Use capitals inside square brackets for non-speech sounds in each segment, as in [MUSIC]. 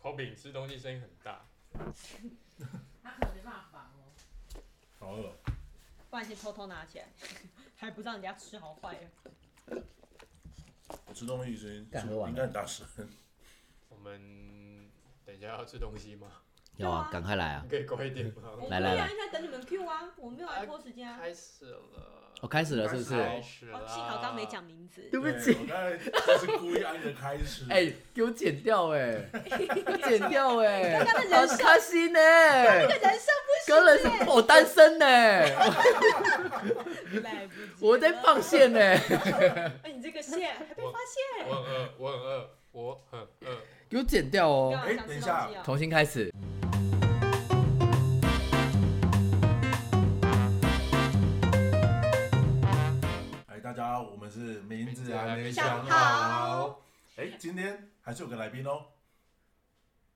好饼吃东西声音很大，他可能没办法防哦。好饿哦，不然先偷偷拿起来， [LAUGHS] 还不让人家吃，好坏哟。我吃东西声音干喝完了应该很大声。我们等一下要吃东西吗？ [LAUGHS] 要对啊，啊赶快来啊你！可以快一点吗？我来来对啊来一直在等你们 Q 啊，我没有来拖时间啊。开始了，哦我、开始了是不是？开始了。哦，幸好刚刚没讲。名字。对对不起，我刚才就是故意按着开始。 [LAUGHS] 哎、给我剪掉哎、剪掉 [LAUGHS] 哎、刚刚的好人设开心呢、这人设刚人不 [LAUGHS] 是我单身呢、行，来不及了。我在放线呢、哎，你这个线还被发现。我很饿，我很饿，我很饿。给我剪掉哦、刚刚想吃东西啊。重新开始。哎，大家好，我们是名字还没想想好好。哎，今天还是有个来宾哦。 [LAUGHS]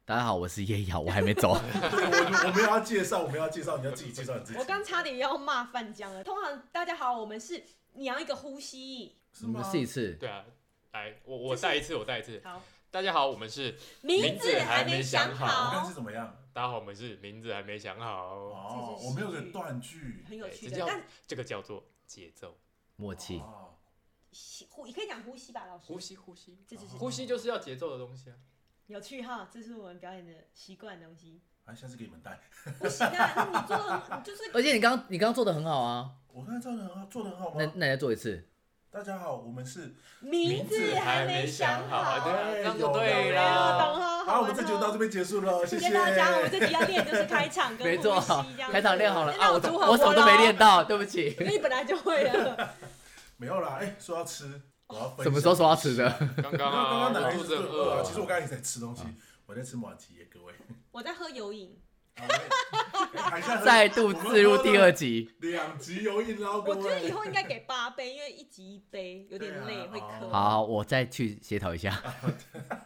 大家好，我是叶瑶，我还没走。 [LAUGHS] 对，我我们要介绍，我们要介绍，你要自己介绍你自己。我刚差点要骂范江了。通常大家好，我们是娘一个呼吸。是你们吗？试一次，对啊，来，我我再一次，我再一次。好，大家好，我们是名字还名字还没没想想我看好是，怎么样？大家好，我们是名字还没想好。哦，这是我们有个断句。很有对，趣这的。叫但这个叫做节奏，默契。哦吸呼，你可以讲呼吸吧，哦老师呼。吸呼吸，这就是呼吸就是要节奏的东西啊。有趣哈，这是我们表演的习惯的东西。哎，下次给你们带。不行啊，那你做的很，你就是而且你刚你刚做的很好啊，我刚才做的很好，做的很好那哦吗？那你再做一次。大家好，我们是。名字还没想好。啊对啊，这哎样就没对有啦。懂哈，好，好我们这集就到这边结束了，谢谢谢谢大家，我们这集要练就是开场跟没做呼吸好这样，子哎开场练好了啊！那我我怎出我什么都没练，到，对不 [LAUGHS] 起。因为你本来就会 [LAUGHS] 了。没有啦，哎，说要吃，我要分享什么时候说要吃的？刚刚刚啊，刚刚我奶肚是子很饿饿啊，啊。其实我刚才也在吃东西，我在吃马蹄耶，各位。我在喝油饮，啊 [LAUGHS] 我哎也还在喝再度置入第二集，两集油印捞，各我位觉得以后应该给八杯，因为一集一杯有点对累，啊会渴。好，我再去协调一下。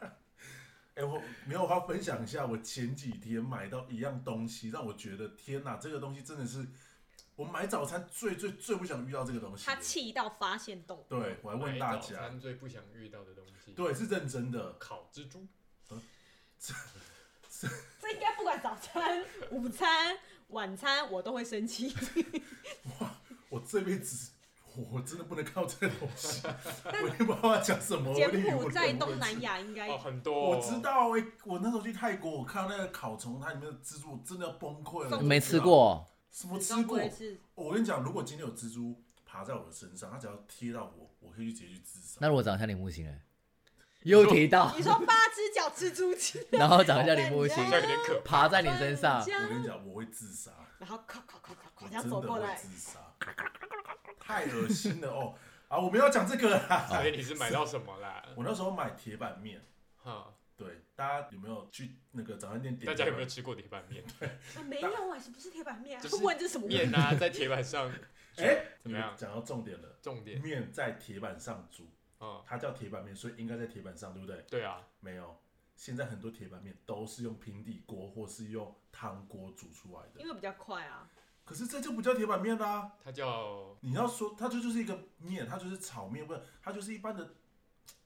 [LAUGHS] 哎、我没有，我要分享一下，我前几天买到一样东西，让我觉得天哪，这个东西真的是我买早餐最最最不想遇到这个东西他。气到发现洞，对，我还问大哎买早家，餐最不想遇到的东西，对，是认真的。烤蜘蛛。这应该不管早餐、午餐、晚餐，我都会生气。我这辈子我真的不能靠这个东 [LAUGHS] 西，我也不知道要讲什么。我柬哦有点埔寨、无东语南亚应该哦，很多。我知。道哎、我那时候去泰国，我看到那个烤虫，它里面的蜘蛛，我真的要崩溃了。没吃，过，什么吃中过国？是我跟你讲，如果今天有蜘蛛爬在我的身上，它只要贴到我，我可以去直接去自杀。那如果长得像铃木星哎，又提到你，说八只脚蜘蛛精， [LAUGHS] 然后长得像铃 [LAUGHS] 木星好，像有点可爬在你身上，我跟你讲，我会自杀，然后咔咔咔咔我咔，这真样走的过会来，自杀，太恶心了哦！啊，我没有讲这个啦。哦所哎以你是买到什么啦？我那时候买铁板面，哈，对，大家有没有去那个早餐店点？大家有没有？吃过铁板面？啊没有啊，是不是铁板面啊？就是问这是什么问面题？啊，在铁板上。哎，怎么样讲到重点了，重点面在铁板上煮，啊，它叫铁板面，所以应该在铁板上，对不对？对啊，没有，现在很多铁板面都是用平底锅或是用汤锅煮出来的因，为比较快啊，可是这就不叫铁板面啦、它叫你要说它这就是一个面，它就是炒面，不是它就是一般的，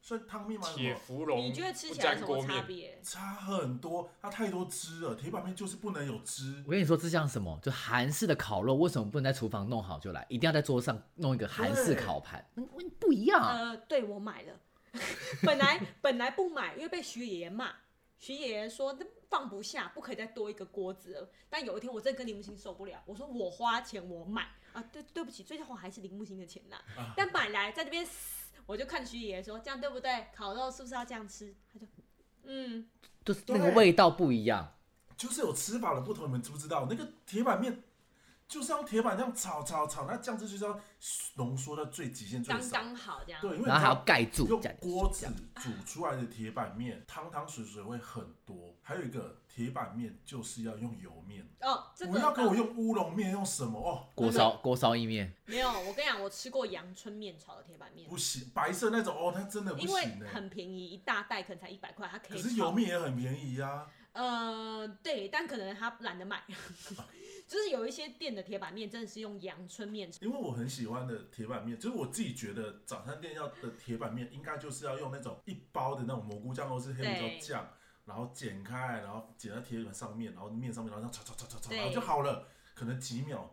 算汤面吗？什铁么芙蓉你觉得吃起来有不沾什锅么差面，别？差很多，它太多汁了。铁板面就是不能有汁我，跟你说，这像什么？就韩式的烤肉，为什么不能在厨房弄好就来，一定要在桌上弄一个韩式烤盘？嗯嗯不一样啊！呃，对我买了， [LAUGHS] 本来 [LAUGHS] 本来不买，因为被徐爷爷骂，徐爷爷说这放不下，不可以再多一个锅子了。但有一天我真的跟林木星受不了，我说我花钱我买啊，对对不起，最后还是林木星的钱呐、啊但买来在这边死，我就看徐爷爷说这样对不对？烤肉是不是要这样吃？他就嗯，就是那个味道不一样。就是有吃法的不同。你们知不知道？那个铁板面就是要用铁板这样炒炒炒，那酱汁就是要浓缩到最极限最刚少。刚好这样。对，因为然后还要你知道盖住，用这样锅这子样煮出来的铁板面，汤汤水水会很多。还有一个铁板面就是要用油面，哦，这不个要给我用乌龙面，用什么哦？锅烧锅烧意面，没有，我跟你讲，我吃过阳春面炒的铁板面不，行，白色那种哦，它真的不因为行哎。很便宜，一大袋可能才一百块，它可可以是炒油面也很便宜啊，呃，对，但可能他懒得买， [LAUGHS] 就是有一些店的铁板面真的是用阳春面因为我很喜欢的铁板面，就是我自己觉得早餐店要的铁板面，应该就是要用那种一包的那种蘑菇酱或是黑胡椒酱，然后剪开，然后剪在铁板上面，然后面上面，然后这样炒炒炒炒炒，对然后就好了，可能几秒。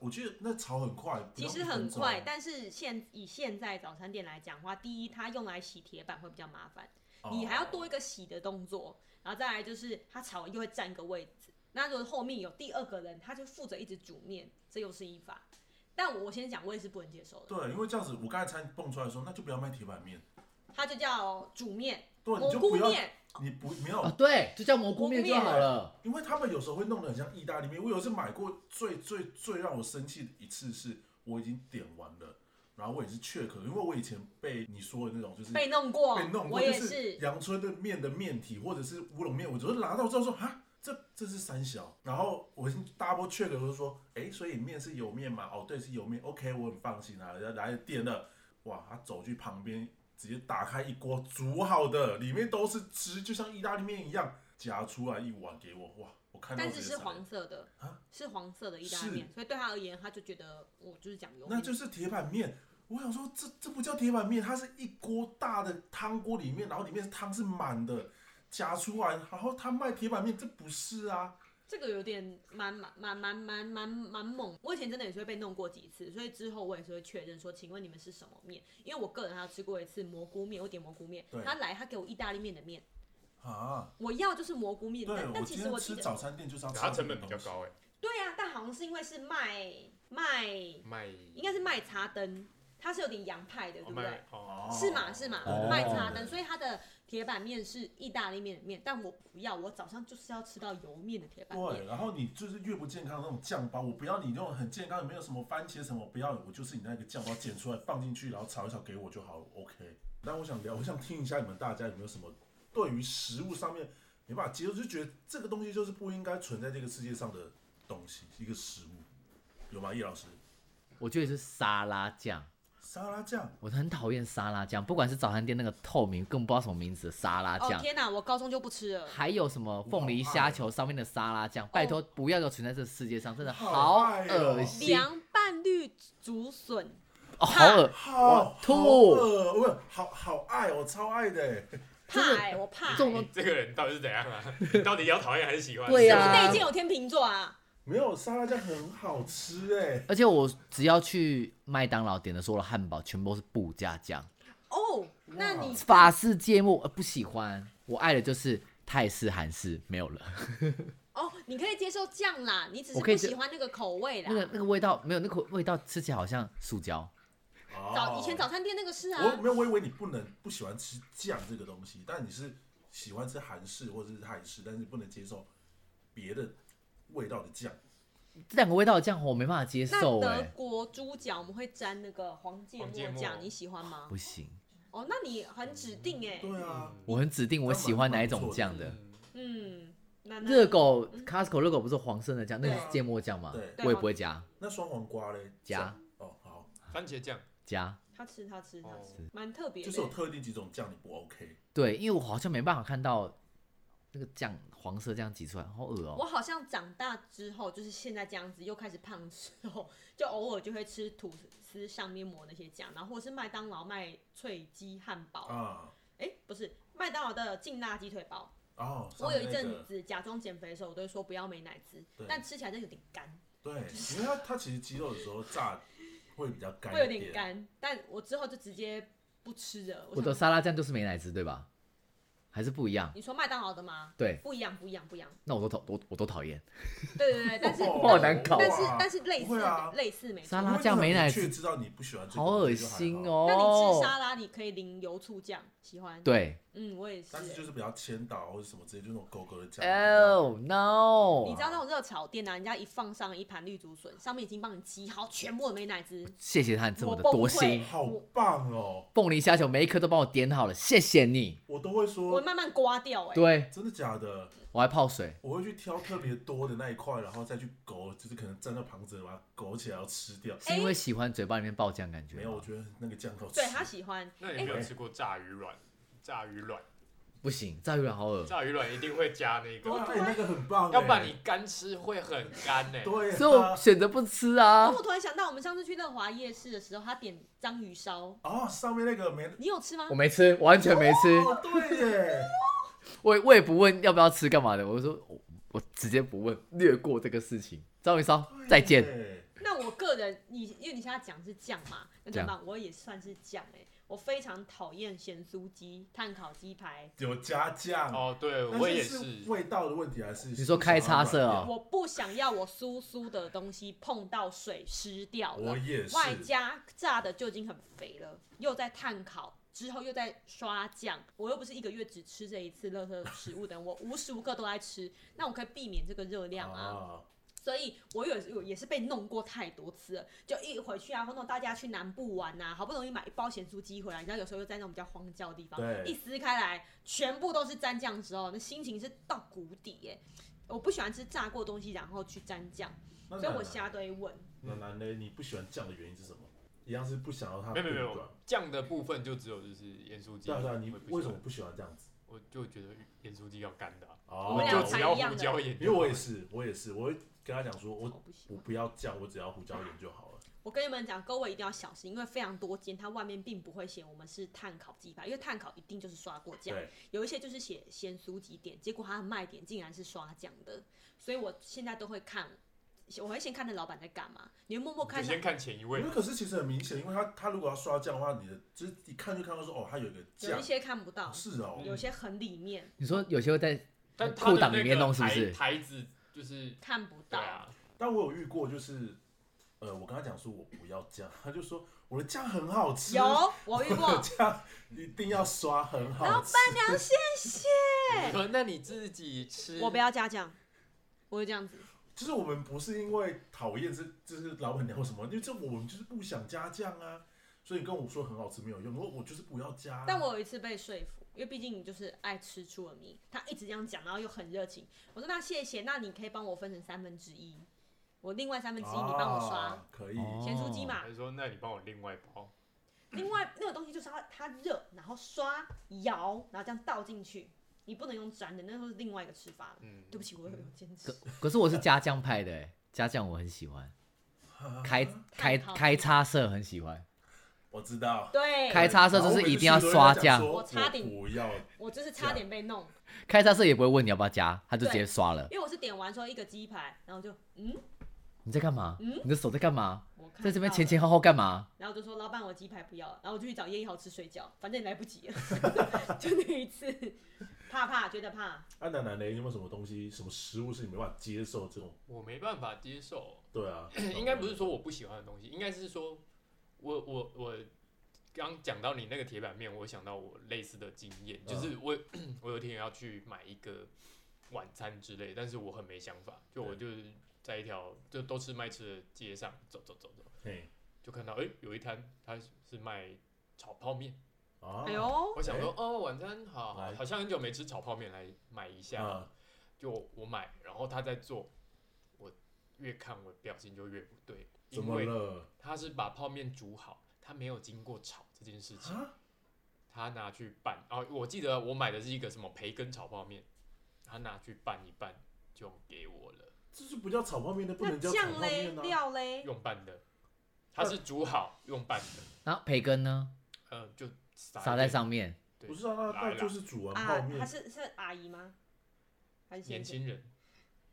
我觉得那炒很快，不其到实一分很钟快，但是现以现在早餐店来讲的话，第一，它用来洗铁板会比较麻烦，哦你还要多一个洗的动作，然后再来就是它炒又会占一个位置。那如果后面有第二个人，他就负责一直煮面，这又是一法。但我先讲，我也是不能接受的。对，因为这样子，我刚才才蹦出来说，那就不要卖铁板面，它就叫煮面、对，你蘑就菇不要，面，你不没啊，有，对，就叫蘑菇面蘑菇就面好了。因为他们有时候会弄得很像意大利面。我有一次买过最最最让我生气的一次是，我已经点完了，然后我也是缺口，因为我以前被你说的那种就是被弄过，被弄过，我也就是是。阳春的面的面体或者是乌龙面，我就是拿到之后说哈，这这是三小，然后我已经 double check 了，我就说，哎，所以面是油面吗？哦，对，是油面，OK，我很放心啊，人家来点了，哇，他走去旁边直接打开一锅煮好的，里面都是汁，就像意大利面一样，夹出来一碗给我，哇，我看到但直是接是傻黄眼，色的啊，是黄色的意大利是面，所以对他而言，他就觉得我就是讲油那面，就是铁板面。我想说，这这不叫铁板面，它是一锅大的汤锅里面，然后里面汤是满的，夹出来，然后他卖铁板面，这不是啊？这个有点蛮蛮蛮蛮蛮蛮蛮猛。我以前真的也是会被弄过几次，所以之后我也是会确认说，请问你们是什么面？因为我个人还有吃过一次蘑菇面，我点蘑菇面对，他来他给我意大利面的面，啊，我要就是蘑菇面，对，但但我其今实天我记吃得早餐店就是要吃它成这本种比较东西，高哎，对啊，但好像是因为是卖卖，应卖该是卖茶灯，它是有点洋派的，对哦不对？卖哦，是嘛是嘛对对，对卖哦茶灯，所以它的铁板面是意大利面的面，但我不要，我早上就是要吃到油面的铁板面。对，然后你就是越不健康的那种酱包，我不要你那种很健康，也没有什么番茄什么，不要，我就是你那个酱包剪出来放进去，然后炒一炒给我就好了，OK。但我想聊，我想听一下你们大家有没有什么对于食物上面没办法接受，就觉得这个东西就是不应该存在这个世界上的东西，一个食物，有吗？叶老师，我觉得是沙拉酱，沙拉酱，我很讨厌沙拉酱，不管是早餐店那个透明，更不知道什么名字的沙拉哦酱，天哪，我高中就不吃了。还有什么凤梨虾球上面的沙拉酱，拜托不要有存在这世界上，真的好好爱哦恶心，凉拌绿竹笋，哦好恶，好吐好饿不是，好好爱，我超爱的欸。怕哎、我怕、这欸。种东这个人到底是怎样 [LAUGHS] 啊？你到底要讨厌还是喜欢？对呀那一件有天秤座啊，没有沙拉酱很好吃哎、而且我只要去麦当劳点的所有的汉堡，全部都是不加酱，哦，那你法式芥末呃不喜欢，我爱的就是泰式、韩式，没有了，哦，你可以接受酱啦，你只是我可以不接喜欢那个口味啦。那个那个味道没有，那个味道吃起来好像塑胶。早以前早餐店那个是我啊，没有，我以为你不能不喜欢吃酱这个东西，但你是喜欢吃韩式或者是泰式，但是不能接受别的味道的酱。这两个味道的酱我没办法接那受哎、德国猪脚我们会沾那个黄芥黄芥末末酱，你喜欢吗？不行，哦，那你很指定哎、对啊，我很指定我喜欢哪一种酱的。嗯嗯，那那热狗 Costco 热狗不是黄色的酱，那对个是芥末酱吗？对对我也不会加那双黄瓜嘞？加哦，好，番茄酱，加。他吃他吃他哦吃，蛮特别的、就是有特定几种酱你不 OK。对，因为我好像没办法看到那个酱黄色这样挤出来，好恶我哦、好像长大之后，就是现在这样子，又开始胖之后，就偶尔就会吃吐司上面抹那些酱，然后或是麦当劳卖脆鸡汉堡，哎、啊不是麦当劳的劲辣鸡腿堡。哦，上我面有那一阵个子假装减肥的时候，我都会说不要美乃滋对，但吃起来真的有点干，对，因为它它其实鸡肉的时候炸会比较干，哦会有点。干。但我之后就直接不吃了。我的想沙拉酱就是美乃滋对吧？还是不一样？你说麦当劳的吗？对，不一样，不一样，不一样。那我都讨我我都讨厌。对对对，但 [LAUGHS] 是、好难搞但是但是类不会似的、啊类似没错沙。因为拉酱美乃你明滋确知道你不喜欢这个好东西恶就还好，心那你吃哦、沙拉，你可以淋油醋酱，喜欢。对嗯，我也是欸。但是就是比较千岛或者什么之类，就那种狗狗的酱。哦，Oh 你 no！知道那种热炒店啊，人家一放上一盘绿竹笋，上面已经帮你挤好全部的美乃滋，谢谢他这么我的崩多溃心，好棒哦！凤梨虾球每一颗都帮我点好了，谢谢你。我都会我会说，慢慢刮掉哎、对真的假的？我还泡水，我会去挑特别多的那一块，然后再去勾，就是可能站到旁子把它勾起来要吃掉。是哎因为喜欢嘴巴里面爆酱感觉吗？没有，我觉得那个酱好吃。对他喜欢。那你有没有吃过炸鱼卵？炸鱼卵，不行，炸鱼卵好恶。炸鱼卵一定会加那对个，啊，哎那个很棒欸。要不然你干吃会很干哎呢。对啊，所以我选择不吃啊哦，。我突然想到，我们上次去乐华夜市的时候，他点章鱼烧，啊哦，上面那个没哦你有吃吗我？没吃，完全没吃。哦，对耶，我也我也不问要不要吃干嘛的，我就说我我直接不问，略过这个事情。赵云烧， [LAUGHS] 再见。对那我个人，你因为你现在讲是酱嘛，那怎么酱办？我也算是酱哎、我非常讨厌咸酥鸡、碳烤鸡排，有加酱，哦，对但我也是是，味道的问题还是你说开叉色哦我不想要我酥酥的东西碰到水湿掉了我，也是，外加炸的就已经很肥了，又在碳烤。之后又在刷酱，我又不是一个月只吃这一次垃圾食物的人，我无时无刻都在吃，那我可以避免这个热量啊。啊，所以我有有也是被弄过太多次了，就一回去啊，或弄大家去南部玩呐、好不容易买一包咸酥鸡回来，你知道有时候又在那种比较荒郊的地方，对一撕开来全部都是蘸酱的时候，那心情是到谷底耶、我不喜欢吃炸过东西，然后去蘸酱，那所以奶我奶瞎堆问。奶奶呢？你不喜欢酱的原因是什么？一样是不想要它没有没有没变短有酱的部分就只有就是盐酥鸡，对啊对啊，你我也不为喜什欢么？不喜欢这样子？我就觉得盐酥鸡要干的啊、哦我们俩就才只一要样胡的椒盐就好了，因为我也是，我也是，我会跟他讲说，我我不喜我欢。不要酱，我只要胡椒盐就好了。我跟你们讲，各位一定要小心，因为非常多间它外面并不会写我们是碳烤鸡排，因为碳烤一定就是刷过酱对，有一些就是写咸酥鸡点，结果它的卖点竟然是刷酱的，所以我现在都会看，我会先看那老板在干嘛，你会默默看你他先看前一位因为，可是其实很明显，因为他他如果要刷酱的话，你的就是一看就看到说，哦，他有一个有酱一，些看不到，是哦，有些很里面你说有些会在但裤裆里面弄是不是台子就是看不对到，啊，但我有遇过，就是呃，我跟他讲说我不要酱，他就说我的酱很好吃，有 [LAUGHS] 我 [LAUGHS] 我遇的过，酱一定要刷，很好吃。老板娘谢谢，你 [LAUGHS] 说那你自己吃，我不要加酱，我会这样子，就是我们不是因为讨厌这，就是老板娘或什么，因为这我们就是不想加酱啊。所以你跟我说很好吃没有用，我我就是不要加啊、但我有一次被说服，因为毕竟你就是爱吃出了名，他一直这样讲，然后又很热情。我说那谢谢，那你可以帮我分成三分之一，我另外三分之一你帮我刷啊、可以。 [LAUGHS] 哦咸酥鸡嘛还。是说那你帮我另外包，另外那个东西就是它它热，然后刷摇，然后这样倒进去，你不能用粘的，那都是另外一个吃法了。嗯，对不起，我有有坚持可。可是我是加酱派的欸，加酱我很喜欢，啊开开太好开叉色很喜欢，我知道，对，开叉色就是一定要刷然，酱后我我差点不要我就是差点被弄，开叉色也不会问你要不要加，他就直接刷了。因为我是点完说一个鸡排，然后就嗯，你在干嘛？你的手在干嘛？我看在这边到前了前后后干嘛？然后就说老板我鸡排不要了，然后我就去找叶一豪吃水饺，反正也来不及了， [LAUGHS] 就那一次，怕怕觉得怕，啊，奶奶呢？有没有什么东西、什么食物是你没办法接受这种？我没办法接受，，对啊 [COUGHS] 应该不是说我不喜欢的东西，应该是说我我我刚讲到你那个铁板面，我想到我类似的经验，嗯就是我 [CLEARS THROAT] 我有一天要去买一个晚餐之类，但是我很没想法，就我就是在一条就都吃卖吃的街上走走走走，嘿就看到哎、诶有一摊它是是卖炒泡面，啊，哎呦，我想说哦晚餐好好来好像很久没吃炒泡面，来买一下，啊就我买，然后他在做，我越看我表情就越不对，怎因么为。了？他是把泡面煮好，他没有经过炒这件事情，啊，他拿去拌。哦，我记得我买的是一个什么培根炒泡面，他拿去拌一拌就给我了，这就不叫炒泡面，那不那能叫炒酱泡嘞面啊。料嘞，用拌的，他是煮好用拌的，然后培根呢？呃，就撒撒一在点。上面。对不是啊，那来那啦就是煮完啊泡，他面，是是阿姨吗？还是年先生？轻人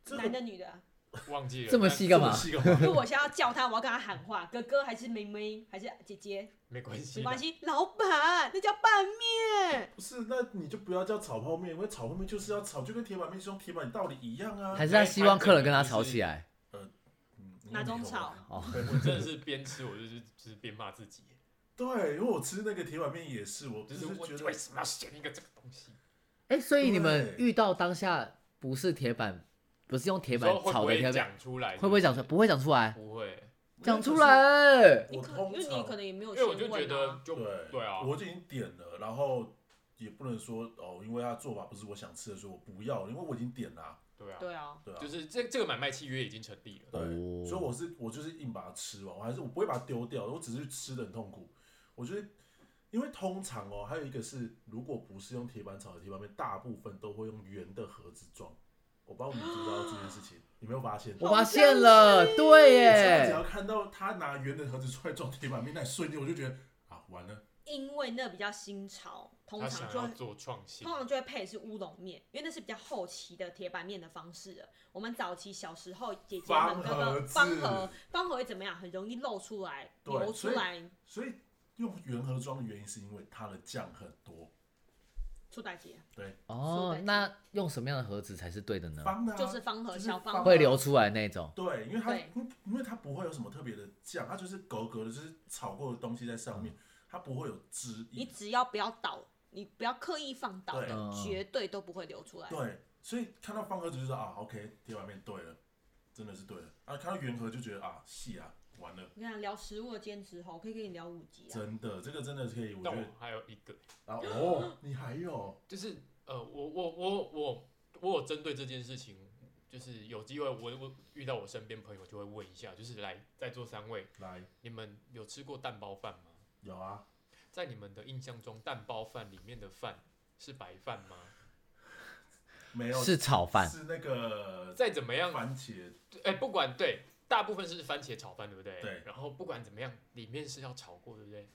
这男个的女的啊？忘记了这么但细干嘛？这么细干如嘛？果我想要叫他，我要跟他喊话，哥哥还是妹妹还是姐姐，没关系没啦，关系，老板那叫拌面，不是，那你就不要叫炒泡面，因为炒泡面就是要炒，就跟铁板面是用铁板道理一样啊。还是他希望客人跟他吵起来？嗯哪种？炒应？哦，我我真的是边吃我就是就是边骂自己，该没有吧对，因为我吃那个铁板面也是，我就就是是我觉为得什么要选一个这个东西？哎，所以你们对遇到当下不是铁板，不是用铁你板说会炒不的会铁板，讲出来？会不会讲出？不不会讲出来，会，讲出。来。你我可能通因为你可常能也没有因先为问我啊，就觉得就对对啊，我就已经点了，然后也不能说哦，因为他做法不是我想吃的，所以我不要，因为我已经点了啊，对啊，对啊，对啊。就是这这个买卖契约已经成立了。对，哦所以我是我就是硬把它吃完，我还是我不会把它丢掉，我只是吃的很痛苦。我觉得，因为通常哦，还有一个是，如果不是用铁板炒的铁板面，大部分都会用圆的盒子装。我不知道你们知不知道这件事情，你没有发现？我发现了，对我只耶要，看到他拿圆的盒子出来装铁板面，那一瞬间我就觉得啊，完了，因为那比较新潮，通他常想就要会做创新通，常就会配的是乌龙面，因为那是比较后期的铁板面的方式了。我们早期小时候姐姐们哥方盒哥方子盒方盒会怎么样？很容易露出来、对流出来所以用原盒装的原因是因为它的酱很多，出大姐，哦塑，胶那用什么样的盒子才是对的呢？方的、啊、就是方盒就是小方方盒盒。会流出来那种。对，因为它对因因为它不会有什么特别的酱，它就是格格的，就是炒过的东西在上面，它不会有汁你液。只要不要倒，你不要刻意放倒对的嗯，绝对都不会流出来。对，所以看到方盒子就知道啊，OK，铁板面对了，真的是对了。啊，看到圆盒就觉得啊，细啊，完了，你看聊食物的兼职吼，我可以跟你聊五集啊。真的，这个真的可以，我觉但得我还有一个，啊，哦，你还有就是呃，我我我我我有针对这件事情，就是有机会我我遇到我身边朋友就会问一下，就是来在座三位，来你们有吃过蛋包饭吗？有啊，在你们的印象中，蛋包饭里面的饭是白饭吗？没有是炒饭，是那个再怎么样，番茄哎、不管对，大部分是番茄炒饭，对不对？对然后不管怎么样，里面是要炒过，对不对？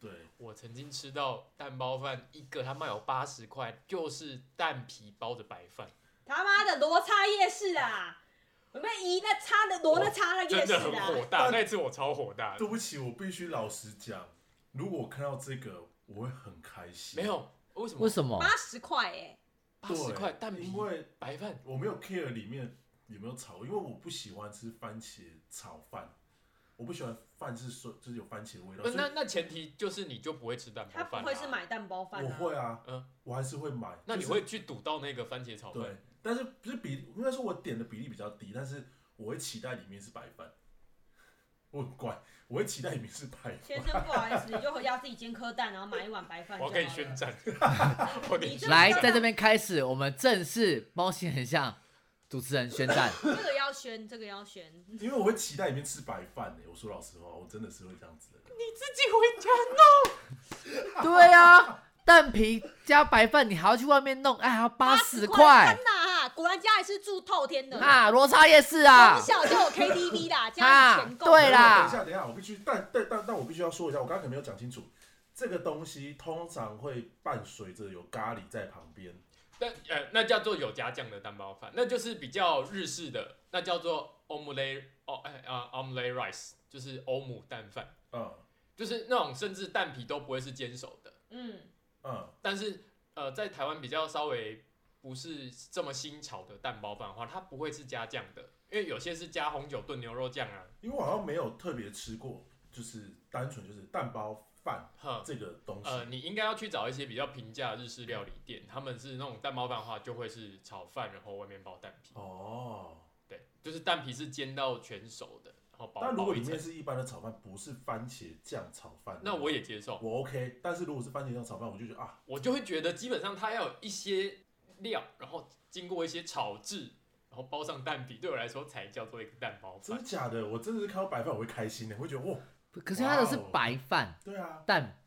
对我曾经吃到蛋包饭一个，它卖有八十块，就是蛋皮包着白饭，他妈的罗刹夜市啊！有没有移那叉的罗那叉的夜真市的很火啊？大。但那一次我超火大的对，不起，我必须老实讲，如果我看到这个，我会很开心。没，有为什么？为什么？八十块哎，八十块蛋皮因为白饭？我没有 care 里面有没有炒，因为我不喜欢吃番茄炒饭，我不喜欢饭是说就是有番茄的味道。呃那所那以那前提就是你就不会吃蛋包他饭、啊，不会是买蛋包饭我啊？会啊，嗯我还是会买。那你就是会去赌到那个番茄炒对饭？，但是不是比应该说我点的比例比较低，但是我会期待里面是白饭。我很乖，我会期待里面是白饭。先生，不好意思，你就回家自己煎颗蛋，然后买一碗白饭。我要跟你宣，战， [LAUGHS] 我跟你你这来，个在这边开始，我们正式猫星很像主持人宣 [LAUGHS] 战。这个要宣，这个要宣。你因为我会期待里面吃白饭欸诶、我说老实话，我真的是会这样子的人。自己回家对啊，蛋皮加白饭，你还要去外面弄，哎，还要八十块真的啊！果然家里是住透天的，啊！罗刹夜市啊从，小就有 KTV 啦，家啊里钱够。对等一啦，下，等一下，我必须，但但但但我必须要说一下，我刚刚可能没有讲清楚，这个东西通常会伴随着有咖喱在旁边。但呃，那叫做有加酱的蛋包饭，那就是比较日式的，那叫做 omelette 哦哎啊 omelette rice，就是欧姆蛋饭，嗯就是那种甚至蛋皮都不会是煎熟的。嗯，嗯，但是呃，在台湾比较稍微不是这么新潮的蛋包饭的话，它不会是加酱的，因为有些是加红酒炖牛肉酱啊，因为我好像没有特别吃过，就是单纯就是蛋包饭哼。这个东西。呃，你应该要去找一些比较平价的日式料理店，他们是那种蛋包饭的话，就会是炒饭，然后外面包蛋皮，哦，对，就是蛋皮是煎到全熟的，然后包但如包果一里层面。是一般的炒饭，不是番茄酱炒饭，那我也接受，我 OK。但是如果是番茄酱炒饭，我就觉得啊，我就会觉得基本上它要有一些料，然后经过一些炒制，然后包上蛋皮，对我来说才叫做一个蛋包真饭的。假的？我真的是看到白饭我会开心的，会觉得哇，可是它的是哇哦白饭对啊，蛋，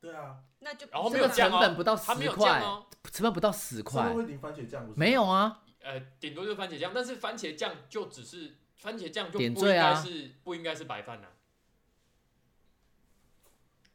对啊，那就然后不没是有啦这酱个成哦本不到十它没有块酱，哦，成本不到十上块面，会淋番茄酱不是？没有，啊，呃，顶多就是番茄酱，但是番茄酱就只是番茄酱就不点应缀该啊是不应该是白饭呐、啊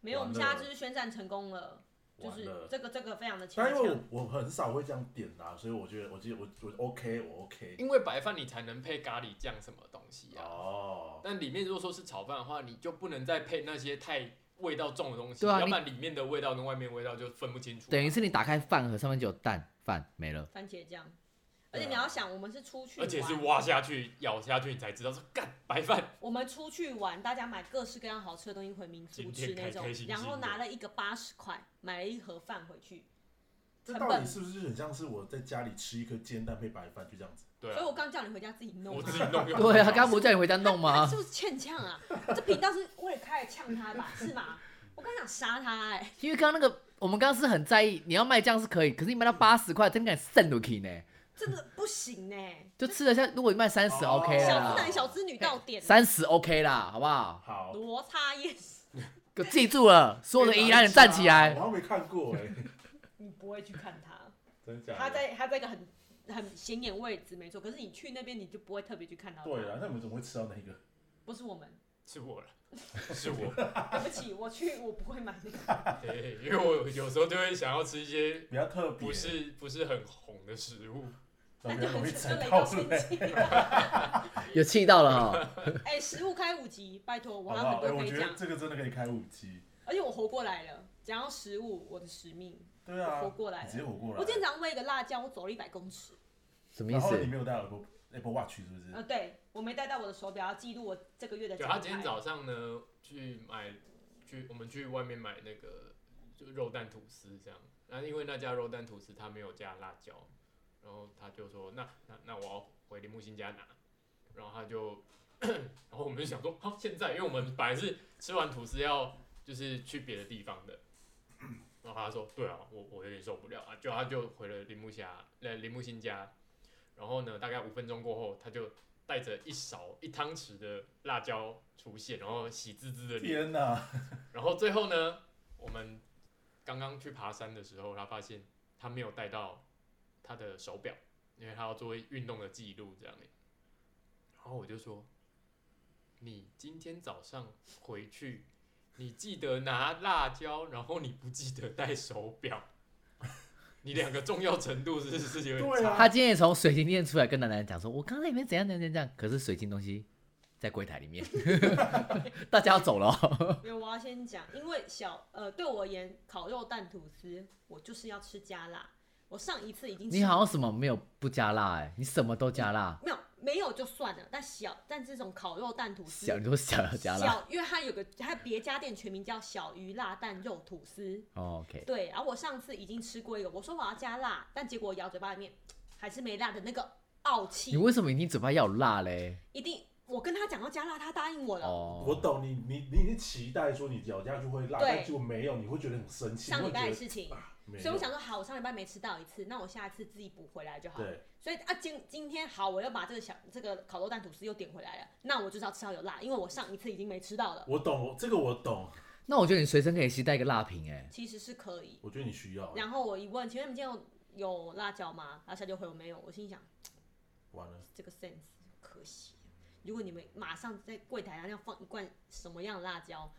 没有，我们完了家就是宣战成功了，就完是了。这个这个非常的牵但因为强。我我很少会这样点啦、所以我觉得我记得我我 OK 我 OK 因为白饭你才能配咖喱酱什么东嗯西啊。哦，但里面如果说是炒饭的话，你就不能再配那些太味道重的东西，对啊要你不然里面的味道跟外面的味道就分不清楚啊。等于是你打开饭盒，上面就有蛋饭没了。番茄酱，而对啊且你要想，我们是出去而且是玩，挖下去、咬下去，你才知道说干白饭。我们出去玩，大家买各式各样好吃的东西回民今宿天吃那种开开心心，的然后拿了一个八十块，买了一盒饭回去。这成到底本是不是很像是我在家里吃一颗煎蛋配白饭就这样子？对所以啊，我刚叫你回家自己弄我啊自。己弄对啊，好刚不是叫你回家弄他吗是？不是欠呛啊？这频道是为了开来呛他吧？是吗？我刚想杀他哎、因为刚刚那个我们刚刚是很在意，你要卖酱是可以，可是你卖到八十块，真敢渗入去呢？真的不行呢、就吃得下，如果你卖三十哦 OK 小啦资，男小资女到点，啊三十 OK 啦，好不好？好，罗刹夜市，给我记住了，所有的一让你站起我来。好像没看过哎、 [LAUGHS] 你不会去看他，真的假的？他在他在一个很很显眼位置没错，可是你去那边你就不会特别去看到他。啊对啊，那你们怎么会吃到那个？不是我们，是我了，是我。 [LAUGHS] 对不起，我去我不会买那个。对，因为我有时候就会想要吃一些比较特别，不是不是很红的食物。比那较就容易很踩蠢，就雷到到是生不是？气。 [LAUGHS] 有气到了哈。哎，食物开五集，拜托， [LAUGHS] 我好还不有好？哎，我很多可以觉得讲，这个真的可以开五期。而且我活过来了。讲到食物，我的使命，对啊，活过来你直接活过来。我今天早上为一个辣椒，我走了一百公尺。什么意然后你思？没有戴 Apple Apple Watch 是不嗯是？呃，对，我没带到我的手表，要记录我这个月的对，状他态。今天早上呢去买去我们去外面买那个就肉蛋吐司这样，那因为那家肉蛋吐司他没有加辣椒，然后他就说那那那我要回林木新家拿，然后他就然后我们就想说好、现在，因为我们本来是吃完吐司要就是去别的地方的。然后他说：“对啊，我我有点受不了啊！”就他就回了林木霞，呃，林木新家。然后呢，大概五分钟过后，他就带着一勺一汤匙的辣椒出现，然后喜滋滋的脸。天哪！然后最后呢，我们刚刚去爬山的时候，他发现他没有带到他的手表，因为他要做运动的记录这样欸。然后我就说：“你今天早上回去，你记得拿辣椒，然后你不记得带手表，你两个重要程度是是有点对差。啊他今天也从水晶店出来跟楠楠讲说，我刚才里面怎样怎样怎样，可是水晶东西在柜台里面，大家要走了、哦。没有，我要先讲，因为小呃，对我而言，烤肉蛋吐司，我就是要吃加辣。我上一次已经吃你好像什么没有不加辣哎、你什么都加辣，没有没有就算了，但小但这种烤肉蛋吐司小你说小要加辣。小因为它有个它别家店全名叫小鱼辣蛋肉吐司，哦 OK，对，然后我上次已经吃过一个，我说我要加辣，但结果我咬嘴巴里面还是没辣的那个傲气你，为什么一定嘴巴要有辣嘞？一定我跟他讲要加辣，他答应我了。哦，我懂你，你你你期待说你咬下去会辣，对但结果没有，你会觉得很生气，上你礼会拜觉的得事情，啊没有所以我想说，好，我上礼拜没吃到一次，那我下一次自己补回来就好了。对，所以啊，今今天好，我又把这个小这个烤肉蛋吐司又点回来了，那我就是要吃到有辣，因为我上一次已经没吃到了，我懂这个我懂，那我觉得你随身可以携带一个辣瓶哎、其实是可以。我觉得你需要。然后我一问，请问你们今天有有辣椒吗？然后小姐回我没有，我心想完了，这个 sense 可惜，如果你们马上在柜台上要放一罐什么样的辣椒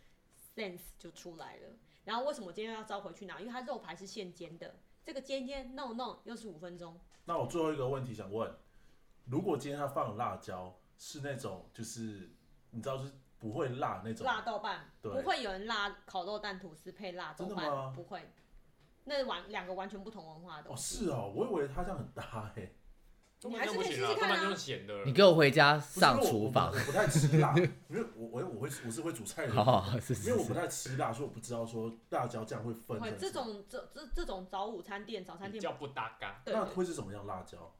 ，sense 就出来了。然后为什么我今天要招回去拿？因为它肉排是现煎的，这个煎煎弄弄又是五分钟，那我最后一个问题想问，如果今天他放辣椒是那种就是你知道是不会辣那种，辣豆瓣对不会有人辣烤肉蛋吐司配辣豆真的瓣吗，不会，那完两个完全不同文化的哦东西。是哦，我以为他这样很搭哎、欸，豆瓣酱不行你还是可以试试看啊豆瓣酱咸的。你给我回家不是上因为我厨房我，不太吃 [LAUGHS] 辣，因为我我我会我是会煮菜的人，好好好，哦是因为是我不是，太吃辣，所以我不知道说辣椒酱会分不会成这种这这这种早午餐店早餐比店较不搭嘎，对那对会是什么样辣椒？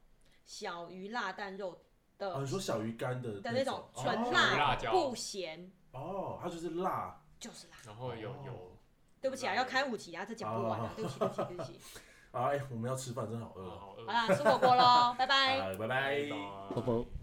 小鱼辣蛋肉哦，的你说小鱼干的呃的那那种哦纯小鱼辣辣椒不咸哦，它就是辣，就是辣。然后有哦有对不起啊，要开五集啊，这讲不完啊，对不起对不起对不 [LAUGHS] 起。啊，哎、我们要吃饭，真好饿、哦。好好啦，吃火锅喽，拜拜。好，拜拜。拜啵啵。